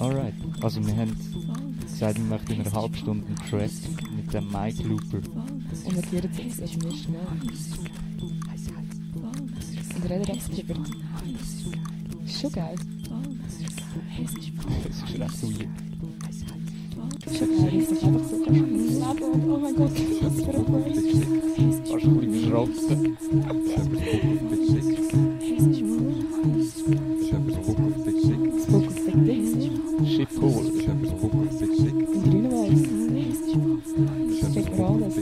Alright, also wir haben gesagt, wir möchten eine halbe Stunde einen Track mit dem Mike Looper. Und wir hören jetzt das ist nicht schnell. Und reden jetzt drüber. Ist schon geil. Das ist recht weird. Ist schon geil. Es ist einfach so Leben. Oh mein Gott, was für ein Wort. Das ist fast ein bisschen schrotzen. Das Bock auf den Ding. Shithole. Im grünen Wald. Check mal alles.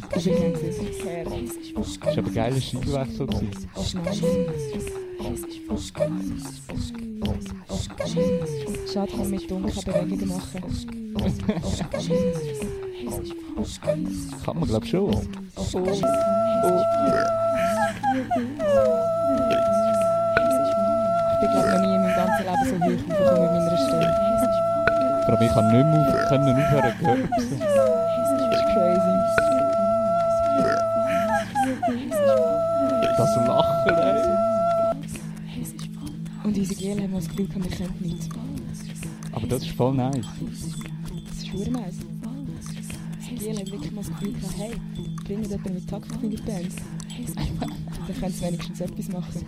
Das ist irgendwie so fair. Das war aber ein geiler Scheinwechsel. gewesen. Schade, kann mit dunklen Bewegungen machen. Kann man glaube ich schon. Oh. Ich glaube noch nie in meinem ganzen Leben so wütend bekommen mit meiner Stimme. Aber ich kann nicht mehr auf, können aufhören zu gehören. Das ist crazy. Das Lachen, ey. Und unsere Gel haben wir das Gefühl, gehabt, wir können nichts. Aber das ist voll nice. Das ist schwer nice. Unsere Gel haben wirklich mal das Gefühl, gehabt, hey, bringt jemanden mit Taktik in die Band. Dann können sie wenigstens etwas machen.